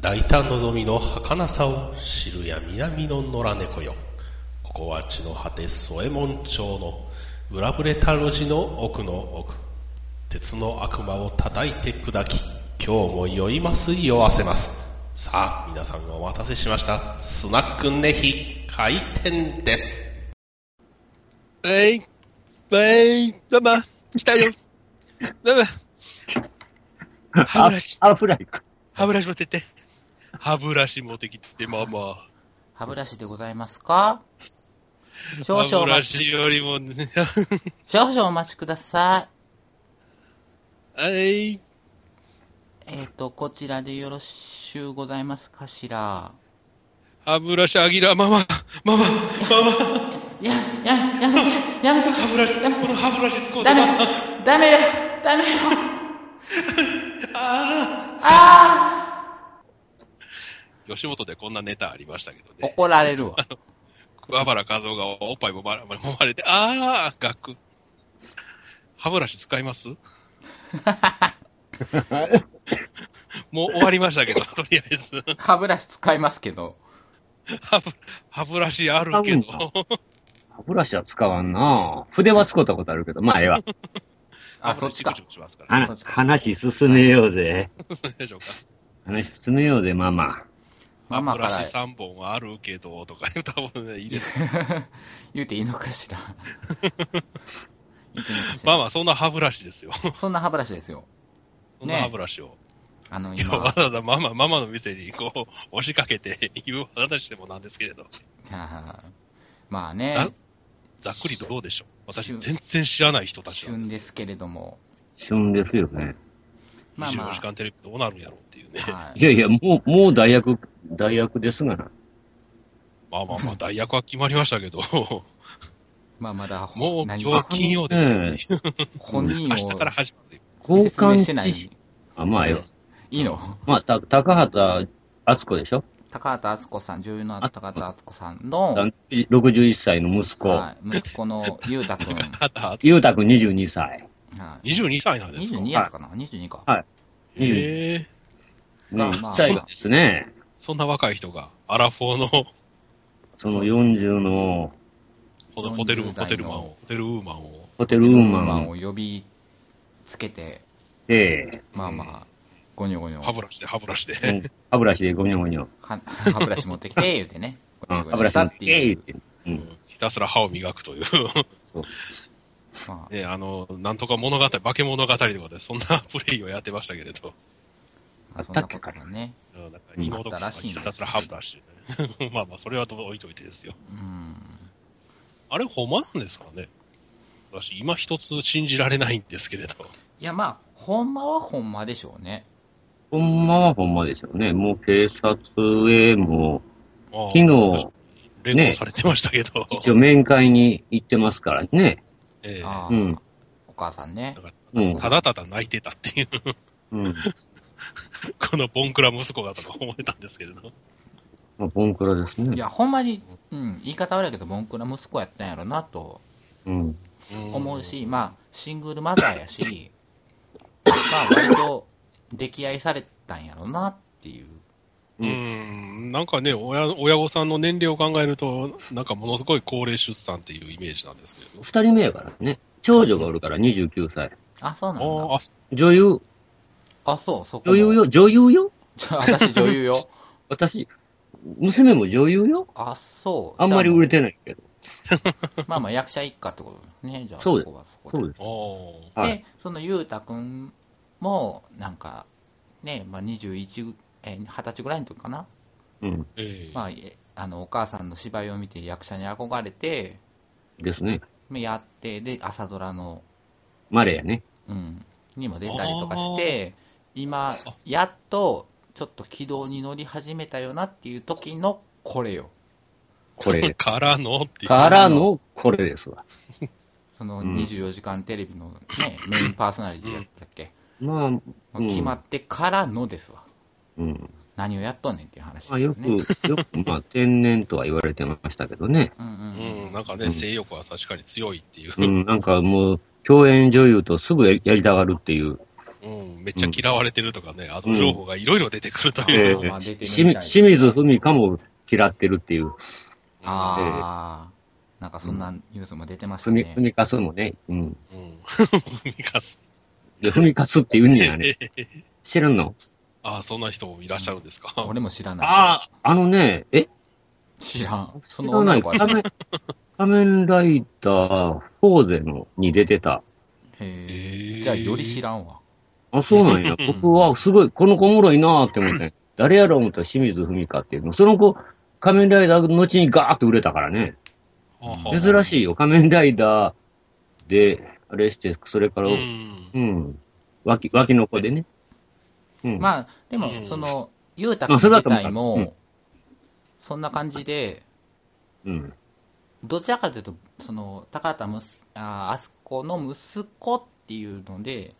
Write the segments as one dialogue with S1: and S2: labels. S1: 大胆のぞみの儚さを知るや南の野良猫よ。ここは地の果て添右衛門町の裏ぶれた路地の奥の奥。鉄の悪魔を叩いて砕き、今日も酔います酔わせます。さあ、皆さんお待たせしました。スナックネヒ開店です。
S2: えい、えい、ママ、来たよ。 ママ、歯ブラシ、
S3: あ、フライか。
S2: 歯ブラシ持ってって。歯ブラシ持ってきて、ママ。
S4: 歯ブラシでございますか少
S2: 歯
S4: 々お
S2: ブラ
S4: 待ち、
S2: シよりもね。
S4: 少々お待ちくださ
S2: えい、
S4: い。えっ、と、こちらでよろしゅうございますかしら。
S2: 歯ブラシあぎら、ママ、ママ、ママ、
S4: いや、や、やめて、やめて、
S2: 歯ブラシ、この歯ブラシ使うて、
S4: ダメ
S2: ママ。、
S4: ダメよ、ダメよ。
S2: あ
S4: あ
S2: ー吉本でこんなネタありましたけど
S4: ー
S2: ね。
S4: 怒られるわ。
S2: 桑原和夫がおっぱいもまれ揉まれて、あー、ガク。歯ブラシ使い ますもう終わりましたけど、とりあえず。
S4: 歯ブラシ使いますけど。
S2: 歯ブ歯ブラシあるけど、
S3: 歯ブラシは使わんな筆は使ったことあるけど、まあ、ええわ。
S4: あ、そっちか
S2: 歯ブラシチクチ。クしますから
S3: あ
S2: ね。
S3: ら話進めようぜ。
S2: そうでしょうか
S3: 話進めようぜ、ママ。
S4: マ
S2: 歯
S4: マ
S2: ブ
S4: か
S2: ラ
S4: ら
S2: シ3本はあるけど、とか言うたもんね、いいです。
S4: 言うていいのかしら。言うていいのかし
S2: まあ
S4: ら。
S2: まあ、そんな歯ブラシですよ。
S4: そんな歯ブラシですよ。
S2: そんな歯ブラシを。
S4: あの、
S2: 今日わ
S4: 今。
S2: ざわざママ、ママの店にこう、押しかけて言う話でもなんですけれど、
S4: ま
S2: な
S4: あね、
S2: ざっくりとどうでしょう。私、
S4: 旬
S2: 全然知らない人たちなん
S4: 旬
S2: です。
S4: ですけれども。
S3: 旬ですよね。
S4: まあま
S2: 24時間テレビどうなるんやろうっていうね。
S4: あ、はい
S3: いやいや、もう、もう大学、大学ですがな。
S2: まあまあまあ、代役は決まりましたけど、
S4: まあまだほ
S2: もう今
S4: 何
S2: 日金曜ですよね。
S4: 本人
S2: 明
S4: を
S2: 日から始まる。
S3: 交
S4: 説明して
S3: 換
S4: ない。
S3: 機
S4: い
S3: あ、まあ、ええわ。
S4: いの
S3: まあ、た、高畑敦子でしょ
S4: 高畑敦子さん、女優の高畑敦子さんの、
S3: ?61 歳の息子。
S4: はい、息子の裕太 くん。は
S2: あとあと
S3: ゆうたくん22歳。
S4: い、
S2: 22歳なんですか
S4: 22やったかな ?22 か。
S3: はい
S2: へ
S3: 22
S2: え
S4: まあ
S3: ね、
S4: まあ
S3: 1歳ですね。
S2: そんな若い人が、アラフォーの
S3: その40の
S2: このホテル、ホ
S4: 40代の
S2: テルマンを、ホテルウーマンを、
S3: ホテルウー
S4: ウー
S3: マ
S4: マ
S3: ン
S4: ン
S3: を
S4: を呼びつけて、
S3: で、
S4: まあまあ、ごにょごにょ、
S2: 歯
S4: は
S2: ブラシで、歯ブラシで。
S3: うん歯ブラシでゴニョゴニョ。
S4: 歯ブラシ持ってきて、言うてね。
S3: う
S4: ごに
S3: ん
S4: ょ
S3: 歯
S4: ご
S3: ブ
S4: にょ
S3: ラ
S4: し
S3: シ
S4: た
S3: 持っ
S4: っ
S3: てて、
S4: い
S3: え
S4: う
S3: いっ。て。
S2: ひたすら歯を磨くという、
S4: まあ
S2: ね、あの、なんとか物語、化け物語とかで、そんなプレイをやってましたけれど、
S4: まあ、そんなことがね。
S2: なんか妹
S4: あった
S2: が
S4: らしいん
S2: ひ
S4: です
S2: たすら歯ブラシ で、ね、まあまあ、それはどう置いといてですよ。
S4: うん。
S2: あれ、ほんまなんですかね私、今一つ信じられないんですけれど、
S4: いや、まあ、ほんまはほんまでしょうね。
S3: ほんまはほんまでしょうね。もう警察へも、
S2: まあ、
S3: 昨日、
S2: 連行されてましたけど、
S3: 一応面会に行ってますからね。
S2: ええ
S4: ああ、
S3: うん
S4: お母さんね。
S3: うん。
S2: ただただ泣いてたっていう、
S3: うん。
S2: このボンクラ息子がとか思えたんですけれど。
S3: まあ、ボンクラです
S4: い
S3: ね。
S4: や、ほんまに、うん、言い方悪いけど、ボンクラ息子やったんやろなと
S3: うん。
S4: 思うし、まあ、シングルマザー やし、まあ、割と、溺愛されたんやろなっていう。
S2: うーんなんかね親、親御さんの年齢を考えると、なんかものすごい高齢出産っていうイメージなんですけれど。
S3: 二人目やからね。長女がおるから29歳。
S4: あ、そうなんだ。
S2: あー
S3: 女優、
S4: あ、そう、そこも。
S3: 女優よ、女優よ
S4: ちょ 私、女優よ。
S3: 私、娘も女優よ
S4: あ、そ う。
S3: あんまり売れてないけど。
S4: じゃあまあまあ、役者一家ってことですね。じゃあ、
S3: そうで
S4: そ
S3: す
S4: こはそこで。
S3: そうです。
S2: あ、お
S3: はい
S4: で、その、ゆうたくんも、なんか、ね、まあ、21、えー、20歳ぐらいの時かな。
S3: うん。
S2: ええ。
S4: まあ、えあのお母さんの芝居を見て役者に憧れて、
S3: ですね。
S4: まあやって、で、朝ドラの、
S3: マレーやね。
S4: うん、にも出たりとかして、今、やっと、ちょっと軌道に乗り始めたよなっていう時のこれよ。
S3: これ
S2: からのっていう。
S3: からの、これですわ。
S4: その
S3: うん
S4: 24時間テレビのね、 メインパーソナリティやったっけ、
S3: まあ、うん
S4: 決まってからのですわ。
S3: うん。
S4: 何をやっとんねんっていう話です
S3: まあ、
S4: ね。
S3: よく、よく、まあ、天然とは言われてましたけどね。
S4: うんうんうん
S2: うん、なんかね、
S3: うん
S2: 性欲は確かに強いっていう。
S3: うん、なんかもう、共演女優とすぐやりたがるっていう。
S2: うん、めっちゃ嫌われてるとかね、あの情報がいろいろ出てくるという。
S3: ええ
S4: まあまあ出てるみた
S3: し
S4: いな
S3: 清水文香も嫌ってるっていう、
S4: ああ、なんかそんなニュースも出てました
S3: 文
S4: ね。
S3: 文香すもね、うん。
S2: うん。 ミカス
S3: で、文香すって言うんや ね。知らんの
S2: ああ、そんな人もいらっしゃるんですか。
S4: 俺も知らない。
S3: ああ、あのね、え、
S4: 知らん。そ
S3: 知
S4: の
S3: らな
S4: 女の
S3: い。
S4: 子は
S3: 仮面、仮面ライダー、フォーゼのに出てた。
S4: へ
S2: へ
S4: え。
S2: ー
S4: じゃあより知らんわ。
S3: あ、そうなん や。僕はすごい、この子おもろいなーって思って、誰やろう思ったら清水文香っていうの。その子、仮面ライダーの後にガーッと売れたからね。珍
S2: い。
S3: しいよ。仮面ライダーで、あれして、それから、
S2: う。
S3: うんん。脇、脇の子でね。うん。あ、
S4: まあ、でも
S2: う、ん
S4: その、ゆうたくん
S3: あそれだと
S4: 自
S3: 思う
S4: 体
S3: うん
S4: も、そんな感じで、
S3: うん。
S4: どちらかというと、その、高畑むす、あーあすこの息子っていうので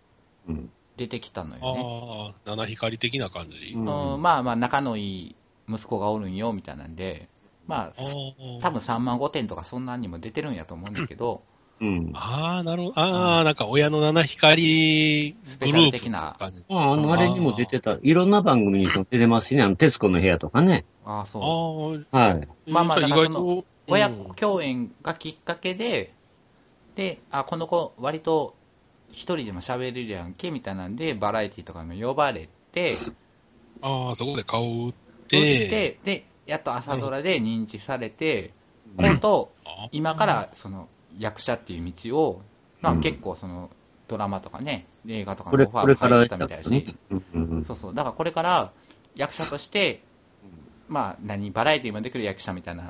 S3: うん。
S4: 出てきたのよね。
S2: ああ、七光的な感じ。
S3: うんあー
S4: うんまあまあ、仲のいい息子がおるんよ、みたいなんで、ま
S2: あ
S4: あ、多分3万5点とかそんなんにも出てるんやと思うんだけど、
S3: うん。あ
S2: ああ、なるほど。ああ、なんか親の七光グル
S4: スペシャル
S2: ープ
S4: 的な。
S2: 感じ。
S3: あの、あれにも出てた。いろんな番組にも出てますしね。あの、徹子の部屋とかね。
S4: ああ、
S2: あ
S4: そう。
S2: あ、
S3: はい。
S4: まあまあ
S2: 意
S4: だから
S2: 外
S4: その
S2: と。
S4: 親子共演がきっかけで、で、あ、この子、割と一人でも喋れるやんけ、みたいなんで、バラエティとかにも呼ばれて、
S2: うんああ、そこで顔を打っ
S4: そして
S2: て、
S4: で、やっと朝ドラで認知されて、
S3: うん
S4: 今度、
S2: あー
S4: 今からその役者っていう道を、まあ
S3: うん
S4: 結構そのドラマとかね、映画とか
S3: こ
S4: の
S3: れ、
S4: オファ
S3: こ
S4: ー
S3: れ
S4: も
S3: から
S4: 入
S3: や
S4: ってたみたい
S3: っ
S4: や
S3: たね
S4: し、。
S3: うんうん
S4: そうそう、だからこれから役者として、まあ何、バラエティもできる役者みたいな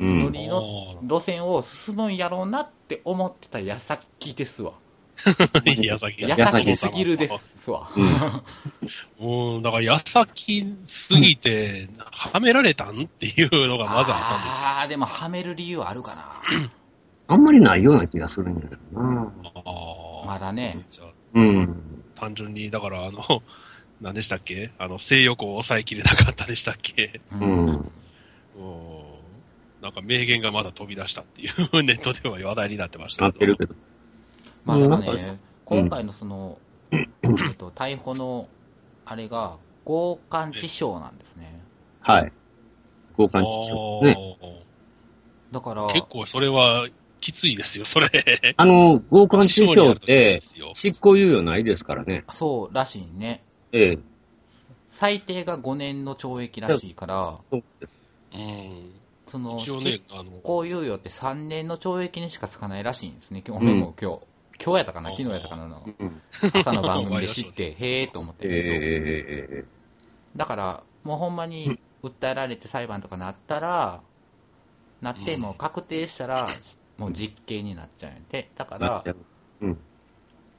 S3: う
S4: ノ
S3: ん。
S4: リの路線を進むんやろうなって思ってた矢先ですわ。
S2: あー矢先
S4: 矢
S3: 先
S4: 先すぎるですわ。
S2: うん、だから矢先すぎて、はめられたんっていうのがまずあったんですよ。
S4: あーでもはめる理由あるかな。
S3: あんまりないような気がするんだけどな。
S2: あー
S4: まだね。
S2: じゃあ
S3: うん。
S2: 単純に、だから、あの、 何でしたっけあの、性欲を抑えきれなかったでしたっけ
S4: う
S3: うん。
S2: うん。なんか名言がまだ飛び出したっていうネットでは話題になってまし
S3: な
S2: た
S3: ってるけど。
S4: まあだ
S3: うんな
S4: か
S3: ん
S4: ら
S3: か
S4: ね、今回のその、えっと、逮捕のあれが、強姦致傷なんですね。
S3: はい。交換地上。ね。
S2: あ
S4: だから、
S2: ー結構それはきついですよ、それ。
S3: あの、強姦致
S2: 師匠に
S3: 傷
S2: やる
S3: っ
S2: ときつい
S3: て
S2: で、すよ
S3: 執行猶予ないですからね。
S4: そうらしいね。
S3: ええ。
S4: 最低が5年の懲役らしいから、
S2: うん。
S4: その、
S2: 一応ね、あの、
S4: こういうよって3年の懲役にしかつかないらしいんですね、今日俺も今日、今日やったかな、
S2: うん
S4: 昨日やったかなの、
S3: うん
S4: 朝の番組で知 って、へえと思っ
S3: え
S4: て
S3: え
S4: るけど、
S3: ええ
S4: だから、もうほんまに訴えられて裁判とかなったら、なって、
S2: うん
S4: もう確定したら、もう実刑になっちゃうんやて、だか
S3: な
S4: ら
S3: っちゃ、う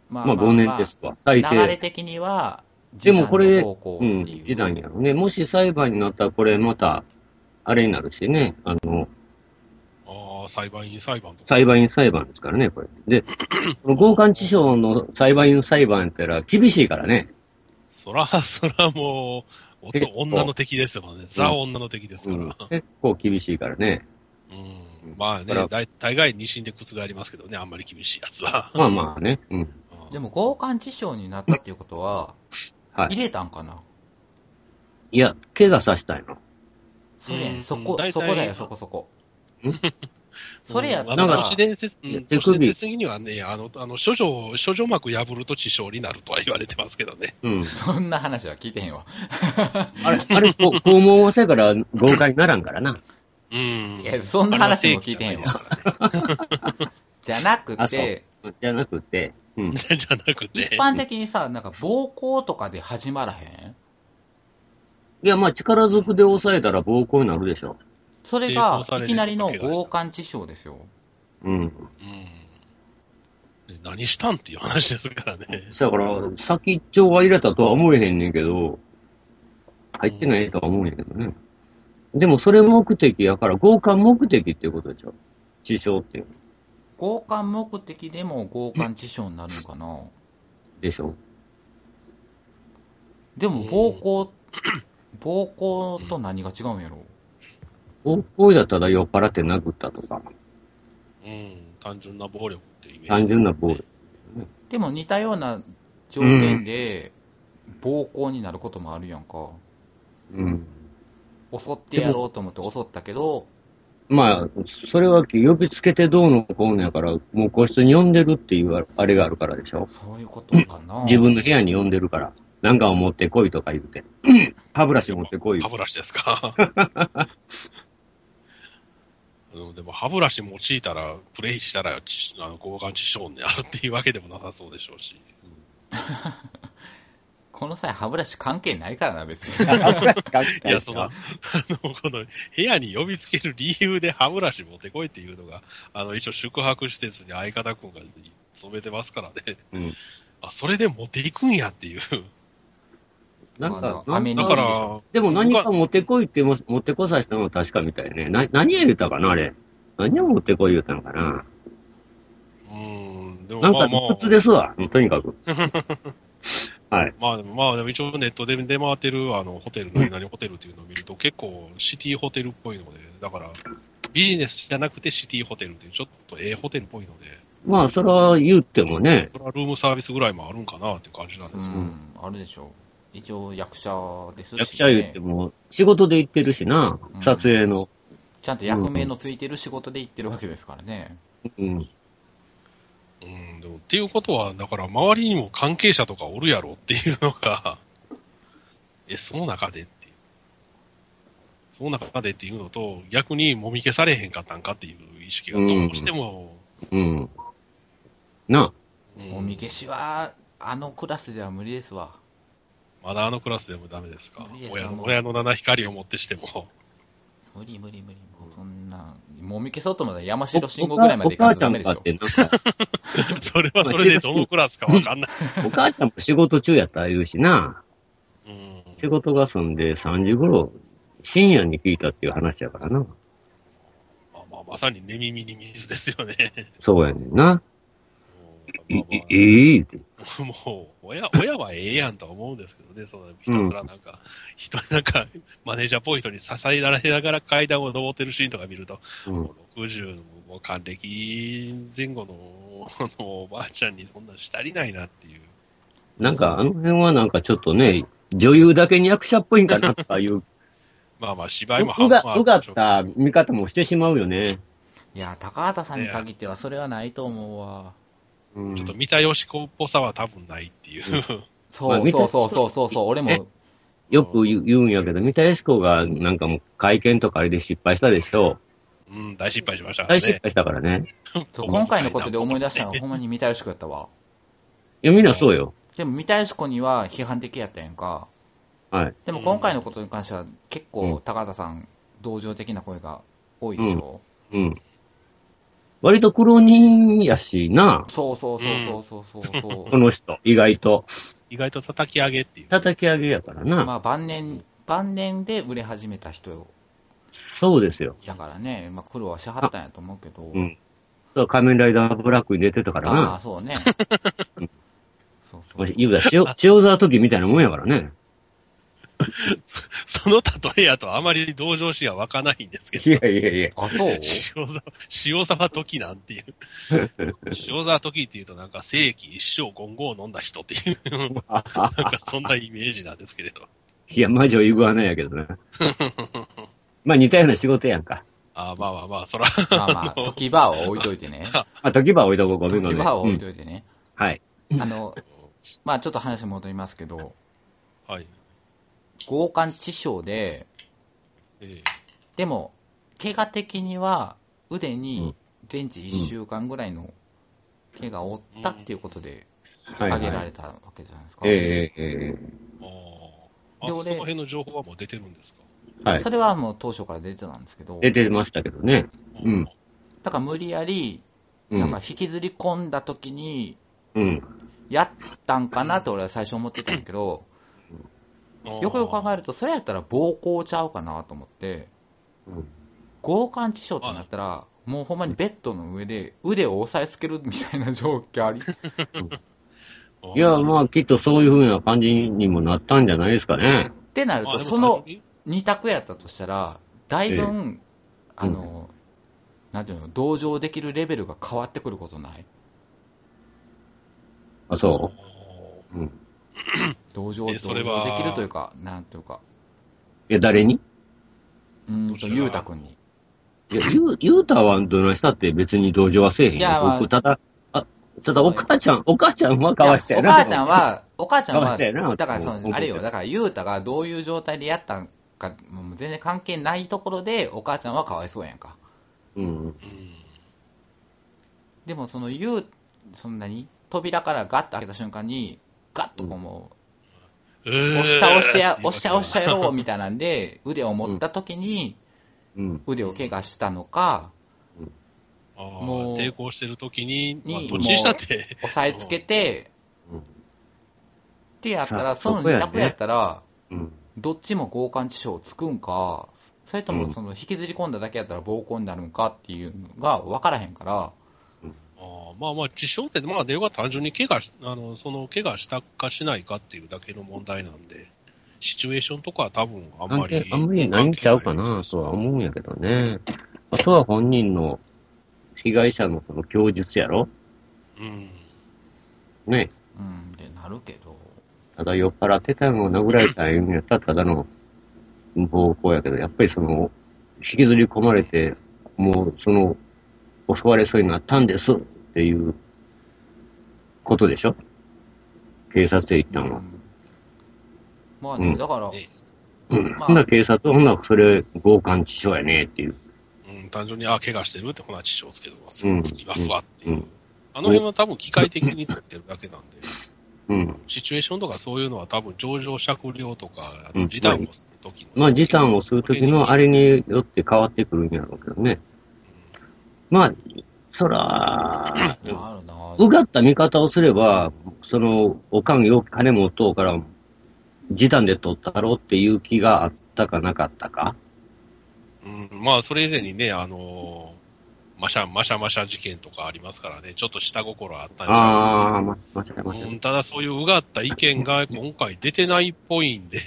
S4: ま
S3: まあ、5年ですわ。最
S4: 流
S3: 低。
S4: れ的には、
S3: でもこれ
S4: 示談の方向
S3: う
S4: っ
S3: ん
S4: てい、う
S3: 示談やろね。もし裁判になったら、これまた、あれになるしね。あの、
S2: ああ、裁判員裁判とか。
S3: 裁判員裁判ですからね、これ。で、この強姦致傷の裁判員裁判やったら、厳しいからね。
S2: そら、そらもう、おと
S3: 結構
S2: 女の敵ですもんね。ザ女の敵です
S3: う
S2: から。
S3: ん結構厳しいからね。
S2: うんまあ
S3: だ
S2: ね
S3: から、
S2: 大大概二審で覆りますけどね、あんまり厳しいやつは。
S3: まあまあね。うん。
S4: でも、強姦致傷になったっていうことは、
S3: はい。
S4: 入れたんかな、
S3: いや、怪我させたいの。
S4: それや
S2: うん
S4: ん、そこ
S2: 大体、
S4: そこだよ、そこそこ
S3: ん。
S4: それやった
S2: なん
S3: な
S2: か都
S3: ん
S4: ら
S2: 市、伝説、う
S3: いや
S2: ん
S3: 手
S2: 都
S3: 首
S2: 市伝説的にはね、あの、あの、処女、処女膜破ると致傷になるとは言われてますけどね。
S3: うん。
S4: そんな話は聞いてへんわ。
S3: あれ、あれ、こう拷問はせやから豪快にならんからな。
S2: うん。
S4: いや、そんな話も聞いてへん わ。じゃなく
S3: あそう
S4: て、
S3: じゃなくて、うん。
S2: じゃなく
S4: 一
S2: て、
S4: 般的にさ、なんか暴行とかで始まらへん
S3: いや、まあ、力ずくで抑えたら暴行になるでしょ。
S4: それ
S2: 抵抗
S4: が
S2: され、
S4: い
S2: る
S4: きなりの強姦致傷ですよ。
S3: うん。
S2: うん。で何したんっていう話ですからね。
S3: だから、先っちょは入れたとは思えへんねんけど、入ってないとは思うんやけどね。でも、それ目的やから、強姦目的っていうことでしょ。致傷っていう。
S4: 強姦目的でも強姦致傷になるのかな
S3: でしょ。
S4: でも暴行、暴行と何が違うんやろ
S3: 暴行だったら酔っ払って殴ったとか、
S2: うん。単純な暴力っていうイメージです、
S3: 単純な暴力。
S4: でも似たような条件で暴行になることもあるやんか。
S3: うん。
S4: 襲ってやろうと思って襲ったけど、
S3: まあ、それは呼びつけてどうのこうのやから、もう個室に呼んでるっていうあれがあるからでしょ。
S4: そういうことかな。
S3: 自分の部屋に呼んでるから、なんかを持ってこいとか言うて。歯ブラシ持ってこい
S2: 歯
S3: よ。
S2: ブラシですか うんでも歯ブラシ用いたら、プレイしたら、ちあの交換致傷になるっていうわけでもなさそうでしょうし。
S4: この際歯ブラシ関係ないからな、別に。
S2: いや、その、あの、この、部屋に呼びつける理由で歯ブラシ持ってこいっていうのが、あの、一応宿泊施設に相方君が染めてますからね。
S3: うん
S2: あ、それで持っていくんやっていう。
S3: なん
S4: あの
S3: か、なん
S4: 雨に
S2: だ
S3: か
S2: から、
S3: でも何か持ってこいっても、持ってこさせたのは確かみたいね。な、何や言うたかな、あれ。何を持ってこい言うたのかな。
S2: うん、でも
S3: なん
S2: ま
S3: か
S2: あま
S3: 理
S2: あ
S3: 屈、ですわ。とにかく。はい。
S2: まあでも、まあでも一応ネットで出回ってる、あの、ホテル、何々ホテルっていうのを見ると、結構シティホテルっぽいので、だから、ビジネスじゃなくてシティホテルっていう、ちょっとええホテルっぽいので、
S3: まあ、それは言ってもね、
S2: それはルームサービスぐらいもあるんかなっていう感じなん
S4: う
S2: ですけど。
S4: ん、あるでしょ。一応役者ですし、ね、
S3: 役者言っても、仕事で行ってるしな
S4: う、ん
S3: 撮影の。
S4: ちゃんと役名のついてる仕事で行ってるわけですからね。
S3: うん。
S2: うん、でもっていうことは、だから周りにも関係者とかおるやろっていうのが、 え、その中でっていう。その中でっていうのと、逆にもみ消されへんかったんかっていう意識がどうしても、
S3: うん。な
S2: うん
S4: おみ消しは、あのクラスでは無理ですわ。
S2: まだあのクラスでもダメですか
S4: いいで。す
S2: 親
S4: あ
S2: の
S4: の
S2: 親の七光を持ってして も。
S4: 無理無理無理。もうそんな、もみ消そうと思ったら山
S3: お
S4: 城信号ぐらいまで行
S3: お
S4: かな
S3: 母
S4: いと
S3: ちゃ
S4: ダメ
S3: ん
S4: でし
S3: かっ
S4: ょ。
S3: て、なんか、
S2: それはそれでどのクラスかわかんない。
S3: お母ちゃんも仕事中やったら言うしな、
S2: うん。
S3: 仕事が済んで3時頃、深夜に聞いたっていう話やからな。
S2: まあまあ、まさに寝耳に水ですよ ね。
S3: そうやねんな。い、
S2: もうまあま
S3: い
S2: あ、
S3: いいって。
S2: もう、親、親はええやんとは思うんですけどね、その、ひたすらなんか、人、なんか、マネージャーっぽい人に支えられながら階段を登ってるシーンとか見ると、
S3: うん
S2: も。う60の、もう還暦前後の、あの、おばあちゃんにそんなんしたりないなっていう。
S3: なんか、あの辺はなんかちょっとね、女優だけに役者っぽいんかなとか いう、
S2: まあまあ、芝居も
S3: う
S2: ま
S3: うが、
S2: あ
S3: うがった見方もしてしまうよね。
S4: いや、高畑さんに限ってはそれはないと思うわ。
S3: うん
S2: ちょっと三田よし子っぽさは多分ないっていう。
S4: そ
S3: まあ
S4: うそうそうそうそうそう、俺
S3: ね
S4: も、
S3: よく言う言うんやけど、三田佳子がなんかもう会見とかあれで失敗したでしょ。
S2: うん、大失敗しましたから
S3: 大失
S2: ね。
S3: 敗したからね。
S4: そう今回のことで思い出したのがほんまに三田佳子やったわ。
S3: いや、みんなそうよ。
S4: でも三田佳子には批判的やったやんか。
S3: はい。
S4: でも今回のことに関しては結構高畑さん、同情的な声が多いでしょ。
S3: うん。割と苦労人やしな、
S4: そうそうそうそうそうそうそう。
S3: この人、意外と。
S2: 意外と叩き上げっていう。
S3: 叩き上げやからな。
S4: まあ晩年、晩年で売れ始めた人
S3: そうですよ。
S4: だからね、まあ苦労はしはったんやと思うけど、
S3: うんそう仮面ライダーブラックに出てたから
S4: ああ、
S3: な。
S4: そうね。そうそ
S3: も
S4: う
S3: し。言うたら 塩、塩沢時みたいなもんやからね。
S2: その例えやとあまり同情心は湧かないんですけど。
S3: いやいやいや。
S4: あ、そう
S2: 塩沢、塩沢時なんていう。塩沢時っていうとなんか世紀一生ゴンゴを飲んだ人っていう、なんかそんなイメージなんですけれど。
S3: いや、魔女イグアナやけど な。まあ似たような仕事やんか。
S2: あーまあまあまあ、そら、
S4: まあま あ、時バーは置いといてね。
S3: まあ、時は置いとこう、ごめんご
S4: 時
S3: めん。
S4: バーは置い
S3: うん
S4: といてね。
S3: はい。
S4: あの、まあちょっと話戻りますけど、
S2: はい。
S4: 強姦致傷で、
S2: え
S4: でも、怪我的には腕に全治1週間ぐらいの怪我を負ったっていうことで
S3: はい、は
S4: 挙
S3: い。
S4: げられたわけじゃないですか。
S3: えええええ
S2: ー、あーあ、
S4: で
S2: その
S4: 俺
S2: 辺の情報はもう出てるんですか
S3: えはい
S4: そ。れはもう当初から出てたんですけど、
S3: 出てましたけどね。うん
S4: だから無理やり、
S3: うん。
S4: なんか引きずり込んだ時に、
S3: うん。
S4: やったんかなって俺は最初思ってたんやけど、よくよく考え
S2: る。
S4: ると、それやったら暴行ちゃうかなと思って、
S3: うん
S4: 強姦致傷ってなったら、もうほんまにベッドの上で腕を押さえつけるみたいな状況あり、
S3: いや、
S2: あ
S3: まあ、きっとそういうふうな感じにもなったんじゃないですかね。
S4: ってな
S2: ー、
S4: る
S2: まあ
S4: と、
S2: でも
S4: その
S2: 単純に
S4: 2択やったとしたら、だいぶん、あの、なんていうの、同情できるレベルが変わってくることない
S3: あ、そ
S2: あー
S3: うん。い
S4: 同情
S2: えそれ
S4: 同
S2: は
S4: 情できるというか、なんというか、
S3: や、誰に
S4: うーん
S2: どち
S4: と、
S2: ら
S4: ゆうたくんに。
S3: い や、ゆう、ゆうたはどないしたって別に同情はせえへんよ。
S4: いやまあ
S3: 僕、ただ、あ、ただお母ちゃん、お母ちゃんはかわいそうや
S4: お
S3: な。
S4: 母ちゃんは、お母ちゃん
S3: かわ
S4: は、
S3: いそうやな
S4: だからそ
S3: 思って
S4: の、あれよ、だから、ゆうたがどういう状態でやったんか、もう全然関係ないところで、お母ちゃんはかわいそうやんか。
S3: うん。
S4: でも、その、ゆう、そんなに、扉からガッと開けた瞬間に、ガッとこう、もう、押
S2: 押
S4: した押したや、押した押したやろうみたいなんで、腕を持った時に、
S3: うん。
S4: 腕を怪我したのか、
S2: も
S4: も
S2: う
S4: う
S2: 抵抗してる時に、まあ、
S4: に
S2: どっちにしたって、
S4: 押さえつけて、
S3: うん。
S4: ってやった
S3: あ
S4: ら、その
S3: そこや
S4: 2
S3: ね
S4: 択やったら、
S3: うん。
S4: どっちも強姦致傷をつくんか、それと
S3: うん
S4: もその引きずり込んだだけやったら暴行になるんかっていうのが分からへんから、
S2: あーまあまあ、自傷って、まあ、では単純に怪我しあの、その怪我したかしないかっていうだけの問題なんで、シチュエーションとかは多分あん
S3: 関
S2: まり
S3: 係、あんまりないんちゃうかな、とは思うんやけどね。あとは本人の、被害者のその供述やろ
S2: うん。
S3: ね。
S4: うん、ってなるけど、
S3: ただ酔っ払ってたのを殴られたいうんやったらただの暴行やけど、やっぱりその、引きずり込まれて、もうその、襲われそうになったんですっていうことでしょ警察へ行っ
S4: う
S3: たのは。
S4: ん、まあね、
S3: うん
S4: だから、
S2: え
S3: うん。
S4: まあ
S3: ほんなら警察は、ほんならそれ強姦致傷やねっていう。
S2: うん、単純に、あ怪我してるって、ほな、致傷つけてます、
S3: うん
S2: つきますわっていう。
S3: うん
S2: あの辺は多分機械的についてるだけなんで、
S3: うん。
S2: シチュエーションとかそういうのは多分上場酌量とか、あ
S3: う
S2: の
S3: ん
S2: 時短をするときの。
S3: まあ、時短をするときのあれによって変わってくるんやろうけどね。まあ、そら、
S4: なるな、
S3: うがった見方をすれば、その、おかんよく金持っとうから、時短で取ったろうっていう気があったかなかったか。
S2: うん、まあ、それ以前にね、あのーマシャ、マシャマシャ事件とかありますからね、ちょっと下心あったんち
S3: あ
S2: ゃ
S3: あ、ま、間違えま
S2: う
S3: し
S2: うん、ただそういううがった意見が今回出てないっぽいんで、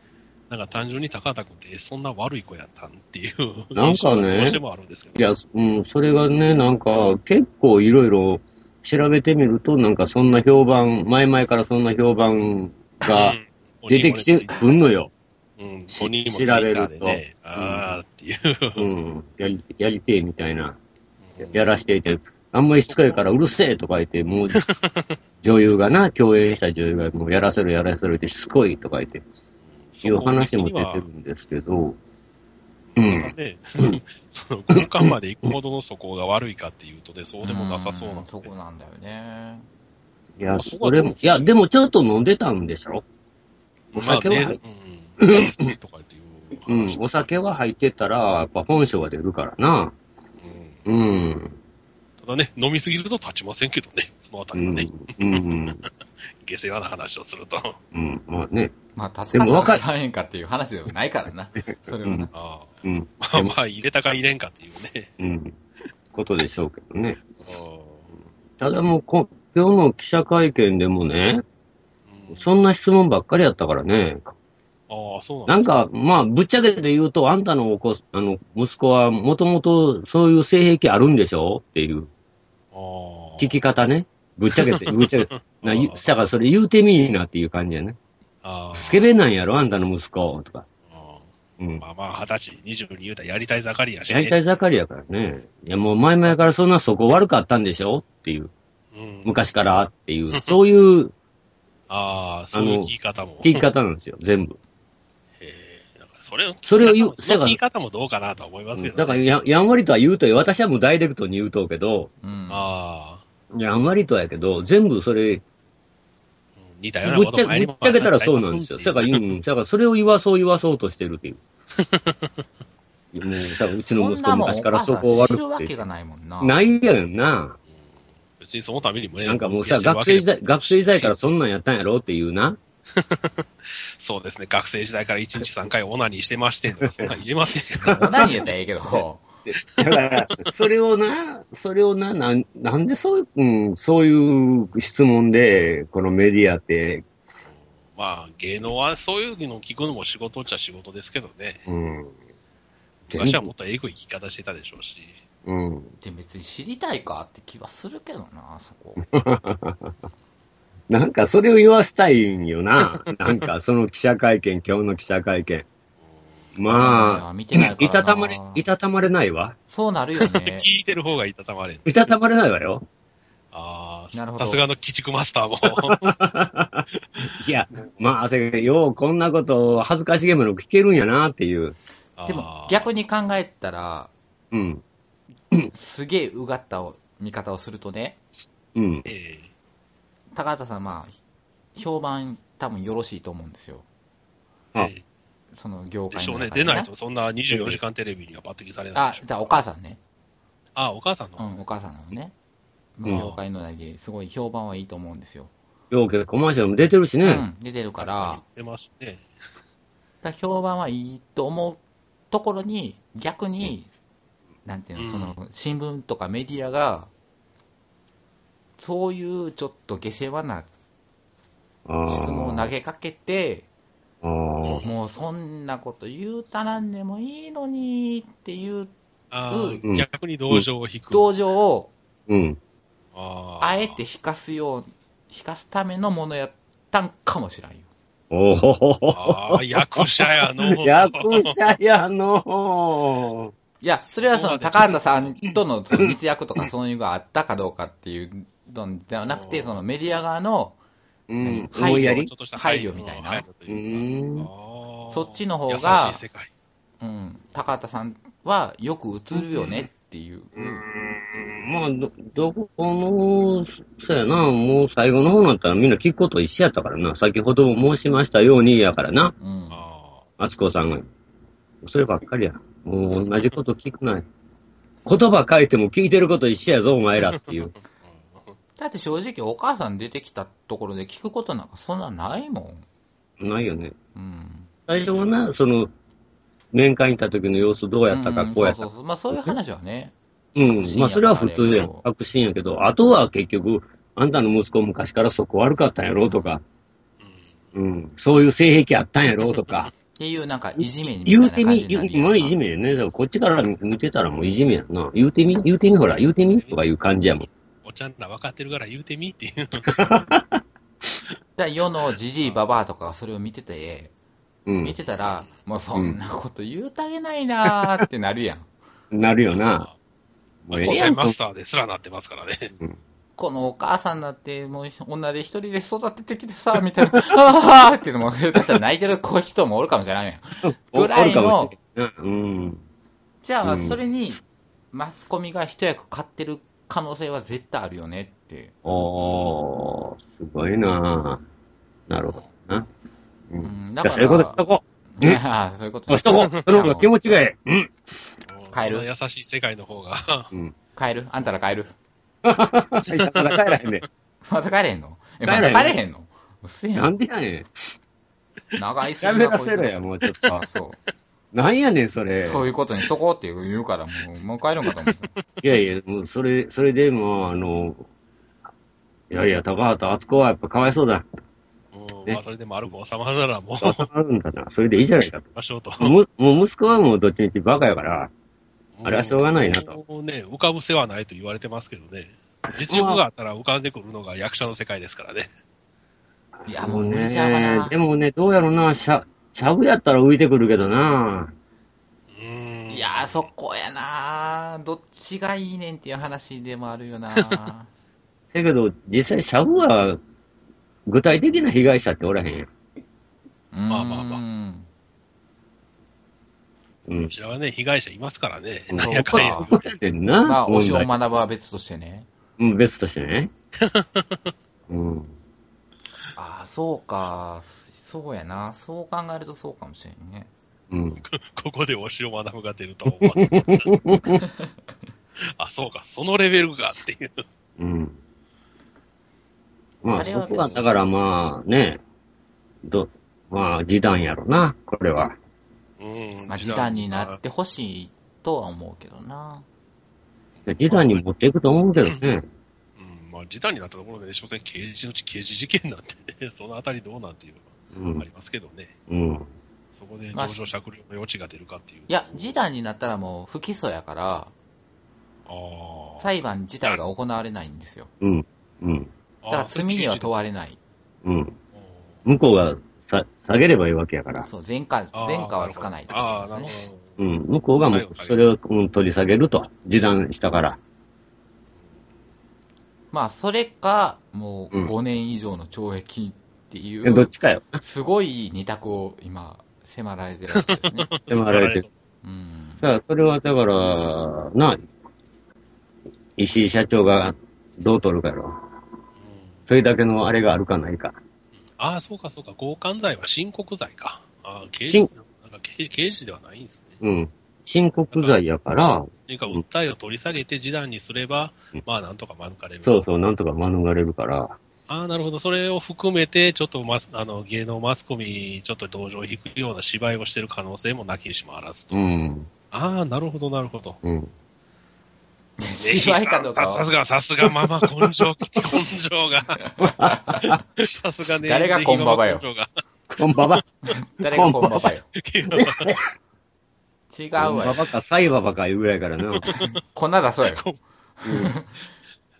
S2: なんか単純に高田君ってそんな悪い子やったんっていう
S3: なんか
S2: 印象
S3: ね
S2: がどうしてもあるんですけど。
S3: いや、うん、それがね、なんか、結構いろいろ調べてみると、なんかそんな評判、前々からそんな評判が
S2: うん
S3: 出てきてくんのよ。
S2: うん、5人もツイ
S3: 知
S2: ッ
S3: られる
S2: タ
S3: と
S2: ーでね、あーっていう。
S3: うん、やり、やりてえみたいな。
S2: うん
S3: やらしていて、あんまりしつこいからうるせえとか言って、 もう、女優がな、共演した女優がもうやらせるやらせるってしつこいとか言って、 いう話も出てるんですけど、う
S2: ただ
S3: ん。
S2: ね、 その交換まで行くほどの素行が悪いかっていうとね、そうでもなさそうなん
S4: ん
S2: で、
S4: そこなんだよね。
S3: いや、それも、いや、でもちょっと飲んでたんでしょお
S2: まあ
S3: 酒は
S2: ね、うん、やりすぎとかっていう
S3: う
S2: 話
S3: ん。お酒は入ってたら、やっぱ本性は出るからな。
S2: うん
S3: うん。
S2: ただね、飲みすぎると立ちませんけどね、そのあた
S3: う
S2: りは
S3: ん
S2: ね、。
S3: うん。
S2: 下世話な話をす ると。
S3: うん。まあね。
S4: まあ、助か
S3: でも
S4: った
S3: 若
S4: か
S3: い
S4: らへんかっていう話ではないからな、それはな。
S2: あ
S3: うん。
S2: ーまあまあ、入れたか入れんかっていうね。
S3: うん。ことでしょうけどね。
S2: あー
S3: ただもうこ、今日の記者会見でもね、
S2: うん
S3: そんな質問ばっかりやったからね、
S2: あー、そうな
S3: なん
S2: で
S3: ん
S2: す
S3: か、まあ、ぶっちゃけて言うと、あんたのお子、あの、息子は、もともと、そういう性癖あるんでしょっていう、
S2: あー
S3: 聞き方ね。ぶっちゃけて、ぶ っちゃけて。な、ゆ
S2: あー
S3: だからそれ言うてみいなっていう感じやね。
S2: あー
S3: スケベなんやろ、あんたの息子、とか。
S2: あ
S3: うん
S2: ー。まあまあ、二十歳、二十に言うたらやりたい盛りやし、
S3: や
S2: ね。
S3: りたい盛りやからね。いや、もう前々からそんなそこ悪かったんでしょっていう。
S2: うん
S3: 昔からっていう、 そういう
S2: ああ、そういう聞き方も。
S3: 聞き方なんですよ、全部。
S2: えーなんかそれを、
S3: それを言う
S2: その聞き方もどうかなとは思いますけど、ね。
S3: だからや、やんわりとは言うとよ私はもうダイレクトに言うとうけど、
S4: うん。
S2: ああ、
S3: やんわりとはやけど、全部それ、
S2: うん似たような
S3: ぶ
S2: こ
S3: っ
S2: と
S3: ちゃ
S2: 前に
S3: ぶっ
S2: も
S3: ちゃけたらそうなんですよ。
S2: あ
S3: だ
S2: った
S3: か ら、うん、だからそれを言わそう言わそうとしてるっていう。もう、多分うちの息子昔からそこ
S4: そんなもんお母さん知る
S3: 悪
S4: わ
S3: く
S4: け
S3: て。
S4: がないもん な。
S3: ないやんな。
S2: 別にそのためにもね、
S3: なんかもうさ、
S2: いや
S3: 学生時代、
S2: してるわけ
S3: 学
S2: でも
S3: 生時代からそんなんやったんやろっていうな。
S2: そうですね、学生時代から1日3回オナニーしてましてんとか、そんなん言えませんけど。
S4: 何言ったらええけど、
S3: だから、それをな、それをな、なんなんでそういう、うん、そういう質問で、このメディアって、
S2: まあ、芸能はそういうのを聞くのも仕事っちゃ仕事ですけどね。
S3: うん。全
S2: 昔はも
S3: 部
S2: っとエグい聞き方してたでしょうし。
S3: うん。
S4: で別に知りたいかって気はするけどな、そこ。
S3: なんかそれを言わせたいんよ な。なんかその記者会見、今日の記者会見。まあ、
S4: 見てないからない
S3: たたまれ、いたたまれないわ。
S4: そうなるよ ね。
S2: 聞いてる方がいたたまれん。
S3: いたたまれないわよ。
S2: ああ、
S4: なるほど
S2: さすがの鬼畜マス ターも。
S3: いや、まあ、せやけどようこんなことを恥ずかしげもなく聞けるんやなっていう。
S4: でも逆
S2: に。
S4: に考えたら、
S3: うん。
S4: すげえうがったを見方をするとね、
S3: うん。
S2: ええ
S4: 高畑さん、まあ、評判多分よろしいと思うんですよ。
S3: あ
S2: え
S4: その業
S2: えで
S4: 界
S2: しょ
S4: の
S2: うね。
S4: 中で
S2: 出ないと、そんな24時間テレビには抜擢されない
S4: あ
S2: でしょ。、
S4: じゃあお母さんね。
S2: あ、お母さん
S4: う
S2: の。
S4: ん、お母さんなのね。ま
S3: うん
S4: あ、業界の中ですごい評判はいいと思うんですよ。
S3: ようけどコマーシャルも出てるし
S4: う
S3: ね。
S4: ん、出てるから、だか
S2: 出ますね。
S4: ら評判はいいと思うところに、逆に、なんていう
S2: う
S4: の、
S2: ん
S4: その、新聞とかメディアが、そういうちょっと下世話な
S3: あ
S4: 質問を投げかけて、
S3: あー
S4: もうそんなこと言うたらんでもいいのにっていう
S2: あ
S3: うん
S2: ー逆に同情を引く。
S4: 同情を
S3: うん。
S2: あー
S4: あえて。引かすよう、引かすためのものやったんかもしらんよ。
S3: お お。
S2: ああ、役者や の。
S3: 役者やの
S4: いや、それはその
S2: そこまで
S4: 高畑さんとのその密約とかそういうのがあったかどうかっていうのではなくて、
S2: うん
S4: そのメディア側の、
S3: うん。
S4: 配慮
S3: 思いや
S2: ちょ
S3: り
S2: っとした
S4: 配慮みたいな
S2: 配慮というか
S3: うん
S2: あー
S4: そっちの方が
S2: 優しい世界。
S4: うん、高畑さんはよく映るよねっていう。
S3: まあ、ど、どこの、そうやな、もう最後の方になったらみんな聞くこと一緒やったからな。先ほども申しましたようにやからな、
S4: うん。
S2: あ
S3: 敦子さんが。そればっかりや。もう同じこと聞くない。言葉書いても聞いてること一緒やぞ、お前らって いう。
S4: だって正直お母さん出てきたところで聞くことなんかそんなないも
S3: ないよね。
S4: ん。うん。
S3: 最初はな、その、面会に行った時の様子どうやったか、
S4: ん
S3: こうやっ
S4: そ
S3: た
S4: うそうそう。まあそういう話はね。
S3: うん、まあそれは普通や
S4: 確信やから
S3: ん。確信やけど、あとは結局、あんたの息子昔からそこ悪かったんやろとか、
S2: ーうん
S3: うん、そういう性癖あったんやろとか、
S4: っていうなんかいじめに
S3: 言うてみ、言
S4: 言
S3: う
S4: う
S3: てみ、いじ
S4: め。
S3: めやね。だからこっちから見てたらもういじめやんな。言うてみ、言うてみ、ほら、言うてみとかいう感じやもん。
S2: おちゃんら分かってるから言うてみっていう。
S4: だから世のじじいばばあとかがそれを見てて、
S3: う
S4: 見
S3: ん、
S4: てたら、もうそんなこと言うたげないなーってなるやん。
S3: なるよな。
S2: ま
S3: もう
S2: あ
S3: え
S2: 個
S3: えや
S2: 性
S3: ん、
S2: マ
S3: そ
S2: スターですらなってますからね。
S4: このお母さんだって、もう女で一人で育ててきてさ、みたいな、 あーっていうのも、下手したら泣いてる子人もおるかもしれないやん。
S3: お
S4: ぐらい
S3: おる
S4: の
S3: かもしれんなうん。
S4: じゃ
S3: う
S4: あ、
S3: ん
S4: それに、マスコミが一役買ってる可能性は絶対あるよねって。
S3: おー、すごいななるほどな。う。
S4: うんん、
S3: じ
S4: だ
S3: ゃあ、
S4: か
S3: そういうことしと、
S4: ら
S3: こ
S4: いやそういうこと
S3: う。
S4: ね
S3: しとこう。その方が気持ちがえ え。うん。
S4: 変える
S2: そんな優しい世界の方が。
S3: うん。
S4: 帰るあんたら帰る
S3: まだ帰らへんね
S4: また帰れへんのえ、
S3: 帰ら
S4: ま
S3: へん
S4: た帰れへんのうっせえ
S3: ん。
S4: や。
S3: なんんでや ね
S4: 長いす
S3: ん。や
S4: ぎ
S3: め
S4: な
S3: ら
S4: こい
S3: せ
S4: つ
S3: ろ
S4: ら
S3: や、もうちょっと
S4: あ。そう。
S3: なんやねん、それ。
S4: そういうことにしとこうって言うから、もう、もう帰るんかと思った。
S3: いやいや、もうそれ、それでもう、あの、いやいや、高畑敦子はやっぱかわいそうだ。
S2: うんまあ、それでもある子収まるならもう、行き
S3: あるんだな。それでいいじゃないかと。
S2: ましょうと。
S3: ももう息子はもうどっちみちバカやから、あれはしょうがないなと。
S2: もうね、浮かぶせはないと言われてますけどね。実力があったら浮かんでくるのが役者の世界ですからね。
S4: いや、もう無理ちゃうかな。
S3: でもね、どうやろうな、しゃ、しゃぶやったら浮いてくるけどな。
S2: うん
S4: いやー、そこやなーどっちがいいねんっていう話でもあ るよな
S3: だけど、実際しゃぶは、具体的な被害者っておらへんやん。
S4: ま
S2: あまあまあ
S3: うん
S2: こ。ちらはね、被害者いますからね。
S3: うん
S2: 何やかんや言うて。
S3: でな、
S4: まあ、推しを
S3: 問題
S4: 学ぶは別としてね。
S3: うん、別として ね。うん。
S4: ああ、そうか。そうやな。そう考えるとそうかもしれんね。
S3: うん。
S2: ここでお城学ぶが出るとは思わなか った。あ、そうか、そのレベルかっていう。
S3: うん。ま
S4: あ
S3: あ、
S4: れ
S3: そ
S4: は
S3: こは、だからまあね、ど、まあ、示談やろな、これは。
S2: うん
S4: まあ、時短になってほしいとは思うけどな。
S3: 示談に持っていくと思うけどね。
S2: うん、まあ、時短になったところでね、所詮刑事のうち刑事事件なんてね、そ のあたりどうなんていう
S3: う
S2: のはあ
S3: ん
S2: り。ますけどね。
S3: うん。
S2: そこで同情酌量の余地が出るかっていう。
S4: いや、時短になったらもう不起訴やから、
S2: あー
S4: 裁判自体が行われないんですよ。
S3: うん。うん。
S4: だから罪には問われない。
S3: うん。向こうがさ下げればいいわけやから。
S4: そう、前科、
S2: あー
S4: 前科はつかないってこと
S5: ああ、なるほ
S4: ですね。
S5: ど。
S3: うん。向こうがもうそれをうん取り下げると。示談したから。
S4: まあ、それか、もう
S3: うん
S4: 5年以上の懲役ってい
S3: えどっ
S4: う、
S3: ちかよ。
S4: すごい二択を今、迫られてるわけですね。
S3: でもあれで。
S4: うん。
S3: だから、それはだから、な、石井社長がどう取るかやろ。それだけのあれがあるかないか。
S2: ああ、そうかそうか。強姦罪は申告罪か。ああ、刑事
S3: 申、
S2: なんか刑刑事ではないんですね。
S3: うん。申告罪やから、
S2: というか、訴えを取り下げて示談にすれば
S3: うん、
S2: まあ、なんとか免れる。
S3: そうそう、なんとか免れるから。
S2: ああ、なるほど。それを含めて、ちょっとマス、あの、芸能マスコミにちょっと同情を引くような芝居をしてる可能性もなきにしもあらずと。
S3: うん。
S2: ああ、なるほど、なるほど。
S3: うん。
S4: 芝居かどうか
S2: ささす
S4: は、
S2: が、さすが、ママ、根性、根性が。さすがね。
S4: 誰がこんばばよ
S2: 根性が
S3: こんばば。
S4: 誰がこんばばよ。違う
S3: こん
S4: わ
S3: ば
S4: よ。
S3: ばか、サイババかいうぐらいからな。
S4: こんなだそうよ。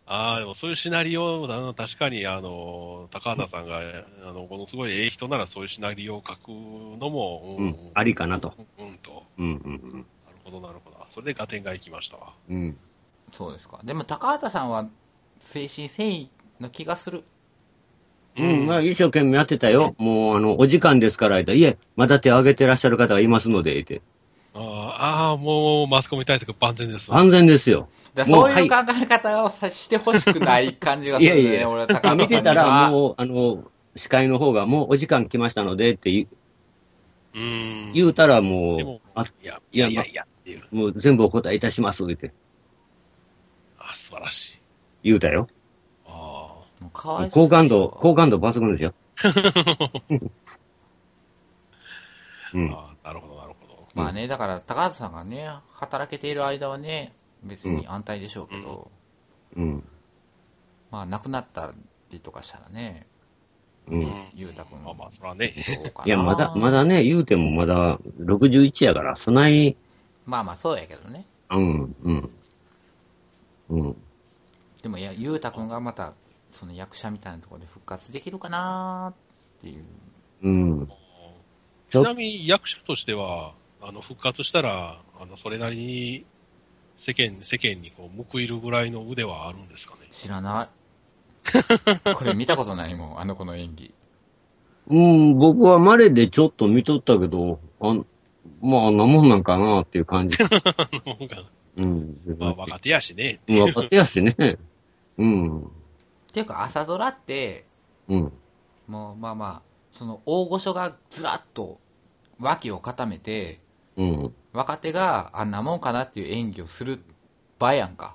S2: ああ、でもそういうシナリオだな、確かに、あの、高畑さんが、あの、ものすごいええ人ならそういうシナリオを書くのも、
S3: うん。ありかなと。
S2: うん、うんと。
S3: うんうん
S2: なるほど、なるほど。それで合点がいきましたわ。
S3: うん。うん。
S4: そうですか。でも、高畑さんは、精神誠意の気がする。
S3: うん、まあ、一生懸命やってたよ。もう、あの、お時間ですから、言うたらいえ、まだ手を挙げてらっしゃる方がいますので、言うて。
S2: ああああ、もうマスコミ対策万全ですわ。
S3: 安全ですよ。
S4: だから
S3: もう
S4: そういう考え方をさしてほしくない感じがす
S3: いや
S4: るね、
S3: いやいや
S4: 俺は高畑
S3: ま
S4: さ
S3: あ
S4: んには
S3: 見てたら、もう、あの、司会の方が、もうお時間来ましたので、って言
S2: うん。
S3: 言うたら、
S2: で
S3: も
S2: も
S3: う、あ、
S2: いや、い
S3: いや
S2: やいやいやっていう。
S3: もう全部お答えいたします、言うて。
S2: ああ、素晴らしい。
S3: 言うたよ。
S2: ああ。
S4: もうかわいそう
S3: 好感度、好感度抜群 ですよ。うん。
S2: ああなるほど、なるほど。
S4: まあね、だから高畑さんがね、働けている間はね、別に安泰でしょうけど、
S3: うん。
S4: まあ亡くなったりとかしたらね、
S3: うん。
S4: 裕太君
S2: まあ
S4: ど
S2: まあ、そらね。
S4: うかな。
S3: いや、まだ、ま。だね、言うてもまだ61やから、そない、
S4: まあまあそうやけどね。
S3: うん、うん。うん。
S4: でもいや、裕太君がまた、その役者みたいなところで復活できるかなっていう。
S3: うん。ち
S2: ち
S3: ょ
S2: なみに役者としては、あの、復活したら、あの、それなりに、世間、世間にこう、報いるぐらいの腕はあるんですかね。
S4: 知ら ない。これ見たことないもん、あの子の演技。
S3: うん、僕は稀でちょっと見とったけど、あんまあ、あんなもんなんかなっていう 感じ。うん。
S2: まあ、若手やしね。
S3: うん若手やしね。うん。
S4: っていうか、朝ドラって、
S3: うん。
S4: もうまあまあ、その大御所がずらっと脇を固めて、
S3: うん。
S4: 若手があんなもんかなっていう演技をする場やん か、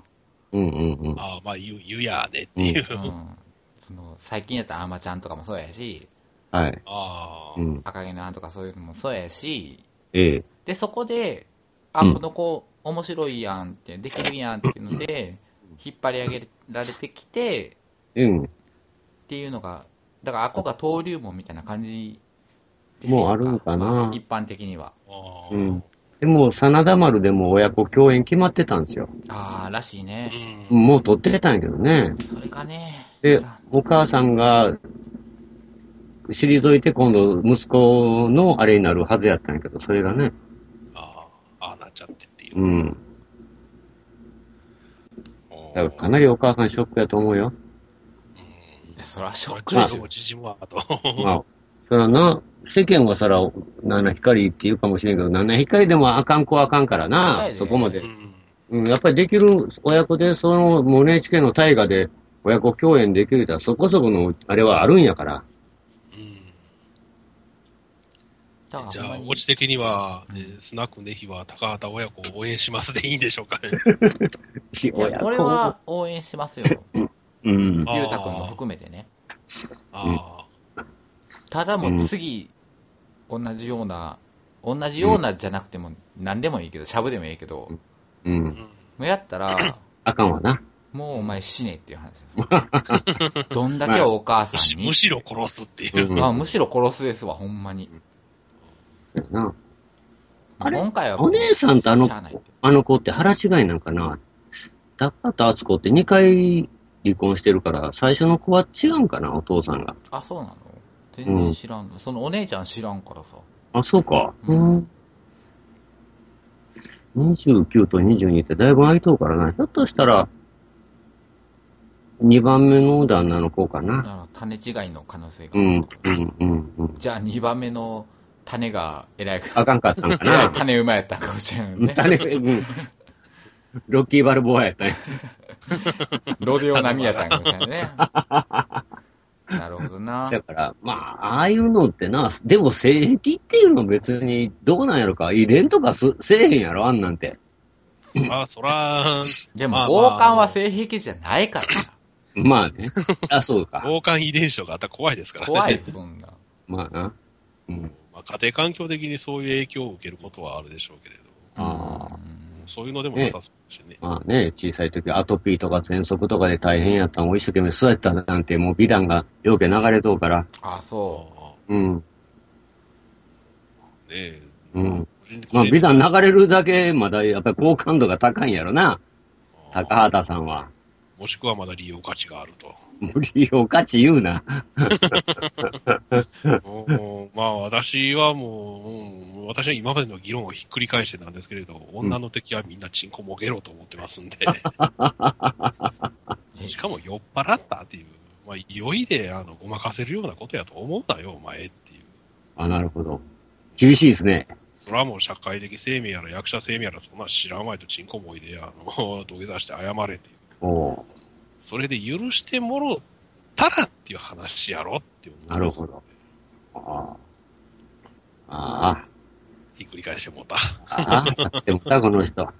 S3: うん。うん。うん。
S2: ああ、まあ、言う、言うやねっていう。
S4: うん、その最近やったらあまちゃんとかもそうやし
S3: はい。
S2: ああ
S3: う。ん。
S4: 赤毛のアンとかそういうのもそうやし
S3: ええ。
S4: でそこであ
S3: うん
S4: この子面白いやんってできるやんっていうので引っ張り上げられてきて
S3: うん。
S4: っていうのがだからあっこが登竜門みたいな感じです
S3: もうあるのかな
S4: まあ一般的には
S2: ああ
S3: うんでも、真田丸でも親子共演決まってたんですよ。
S4: ああらしいね
S2: うん
S3: もう撮ってたんやけどね。
S4: それがね
S3: で
S4: 残、
S3: お母さんが、退いて今度息子のあれになるはずやったんやけど、それがね、
S2: ああ、ああなっちゃってっていうう。
S3: ん。だからかな
S2: り。
S3: りお母さんショックやと思うよ。
S4: いやそれはシ
S2: ち
S4: ョ
S2: ょ
S4: ッ
S2: っ
S4: ク
S2: と、
S4: で
S2: ま
S4: しょ
S2: あ、縮むわ、と。
S3: まあ、そらな、世間はそら、七光って言うかもしれんけど、七光でもあかん子はあかんから
S4: そうや
S3: な
S4: で、
S3: そこま
S2: う
S3: で。
S2: ん。
S3: うん、やっぱりできる親子で、その、もう NHK の大河で親子共演できるとは、そこそこの、あれはあるんやから。
S2: うん
S4: だから
S2: じ
S4: ほん
S2: ゃ
S4: ま
S2: あ、
S4: に
S2: オチ的には、えースナックネヒは高畑親子を応援しますでいいんでしょうかね。
S3: し
S4: いや俺は、応援しますよ、裕
S3: うん。
S2: あー
S4: 太君も含めてね、
S2: あ
S4: ただもう次、同じような、同じようなじゃなくても、何でもいいけど、しゃぶでもいいけど、も
S2: あ、
S3: う。
S2: うんん。
S4: うやったら、
S3: あかんわな。
S4: もうお前死ねっていう話 です。どんだけお母さ
S2: む
S4: ん
S2: し
S4: に
S2: む、しろ殺すっていう。
S3: うん
S4: あむしろ殺すですわ、ほんまに。
S3: そうやな。あれ
S4: 今回はもう
S3: お姉さんとあの
S4: しゃあないって、
S3: あの子って腹違いなんかな。高田敦子って2回離婚してるから、最初の子は違うんかな、お父さんが。
S4: あ、そうなの全然知らんの、そのお姉ちゃん知らんからさ。
S3: あ、そうか。
S4: う
S3: うんん。29と22ってだいぶ空いとうからな。ひょっとしたら、2番目の旦那の子か
S4: だ
S3: な。
S4: から種違いの可能性が
S3: う
S4: ある
S3: ん
S4: と、
S3: うん、うん、うん。
S4: じゃあ2番目の種が偉いか
S3: あかんかったんか
S4: えら い
S3: な。
S4: 種馬やったかもしれないね。
S3: 誰うん。 ロッキーバルボアやったんや
S4: ロデオ並みやったんかもしれな いね。なるほどな。
S3: だから、まあ、ああいうのってな、でも正規っていうのは別にどうなんやろか、遺伝とかすせえへんやろ、あんなんて。
S2: まあ、そら、
S4: で
S2: ま
S4: も、
S2: あまあ
S4: 王冠は性癖じゃないからな。
S3: まあね。あ、そうか。
S2: 傍観遺伝子とかあったら怖いですからね。
S4: 怖い、そんな。
S3: まあな。うん。
S2: まあ、家庭環境的にそういう影響を受けることはあるでしょうけれど、
S3: ああ
S4: うん
S2: そういうのでもなさそうですしね。
S3: まあね、小さい時アトピーとか喘息とかで大変やったのを一生懸命育てたなんて、もう美談がよけ流れとうから。
S4: あ、そ
S2: あ
S3: うん。
S2: あね
S3: うん。
S2: え
S3: まあ美談流れるだけ、まだやっぱり好感度が高いんやろ
S2: あ
S3: な、
S2: あ
S3: 高畑さんは。
S2: もしくはまだ利用価値があると。
S3: 無理を価値言うな。
S2: うんまあ私はもう、うん私は今までの議論をひっくり返してなんですけれど、女の敵はみんなチンコもげろと思ってますんで、
S4: う。
S2: しかも酔っ払ったっていう、まあ酔いであのごまかせるようなことやと思うなよ、お前っていう。
S3: あ、なるほど。厳しいですね。
S2: それはもう社会的生命やら役者生命やらそんなん知らんわいとチンコもいで、あの、土下座して謝れっていう。
S3: おう
S2: それで許してもろたらっていう話やろって思う。
S3: なるほど。ああ。あ
S2: ひっくり返してもうた。
S3: あ。ああ。でもさ、この人。
S2: ま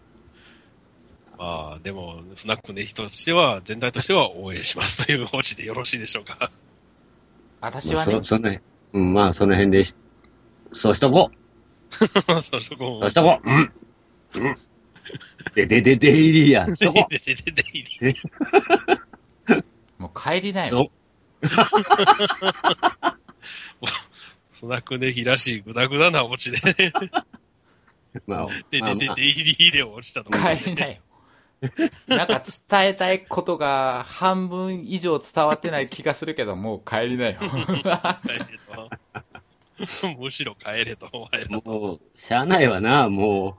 S2: あ、でも、スナックネヒとしては、全体としては応援しますというオチでよろしいでしょうか。
S4: 私
S3: まあ、
S4: はね
S3: そ、その辺、うん、まあ、その辺でし、そうしとこう。
S2: そうそこ
S3: そうしとこう。うん。うん。で、で、で、で、いりや。そこ。
S2: ででででで
S4: もう帰りなよ。
S3: そ
S2: スナックネヒらしいぐだぐだなオチで、
S3: まあ、
S2: で
S3: まあ
S2: でで
S3: まあ
S2: でいりで落ちたところ
S4: 帰りな よ。なんか伝えたいことが半分以上伝わってない気がするけど、もう帰りな よ。
S2: 帰れとむしろ帰れと、お前ら。
S3: もう、しゃあないわな、も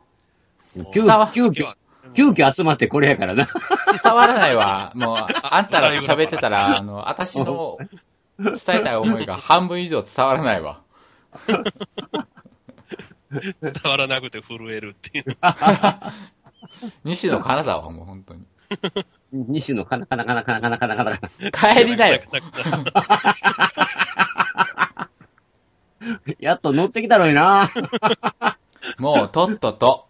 S3: う。急
S4: 伝わ
S3: 遽、急遽、急遽集まってこれやからな。
S4: 伝わらないわ。もう、あんたらと喋ってたら、あの、私の伝えたい思いが半分以上伝わらないわ。
S2: 伝わらなくて震えるっていう。
S4: 西野金沢はもう本当に。
S3: 西野、かなかなかなかなかなかなかなか
S4: 帰りなよ。
S3: な。やっと乗ってきたのにな。
S4: もう、とっとと。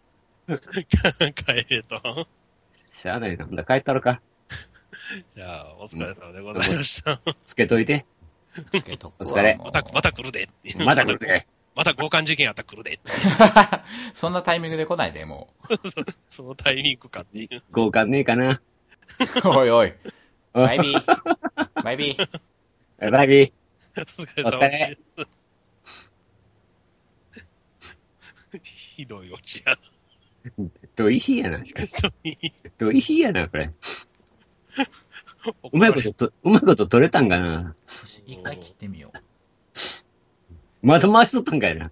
S2: 帰れと。
S3: しゃあないな。ほんだ、帰ったろか。
S2: じゃあ、お疲れ様でございました。
S3: つけといて。
S4: つけとくわ
S3: お疲れ
S4: もう
S2: また、また来るでっていう。
S3: まだ来るで。
S2: また強姦事件やったら来るでって。
S4: そんなタイミングで来ないで、も
S2: そのタイミングかっていう。
S3: 交換ねえかな。
S4: う。おいおい。バイビー。バイビー。
S3: バイビー。
S2: お疲れ様です。 ひどいオチや。
S3: どいひやな、しかし。
S2: ひどい。
S3: どいひやな、これ。 うまいことと、うまいこと取れたんかな。
S4: 一回切ってみよう。
S3: また回しとったんかいな。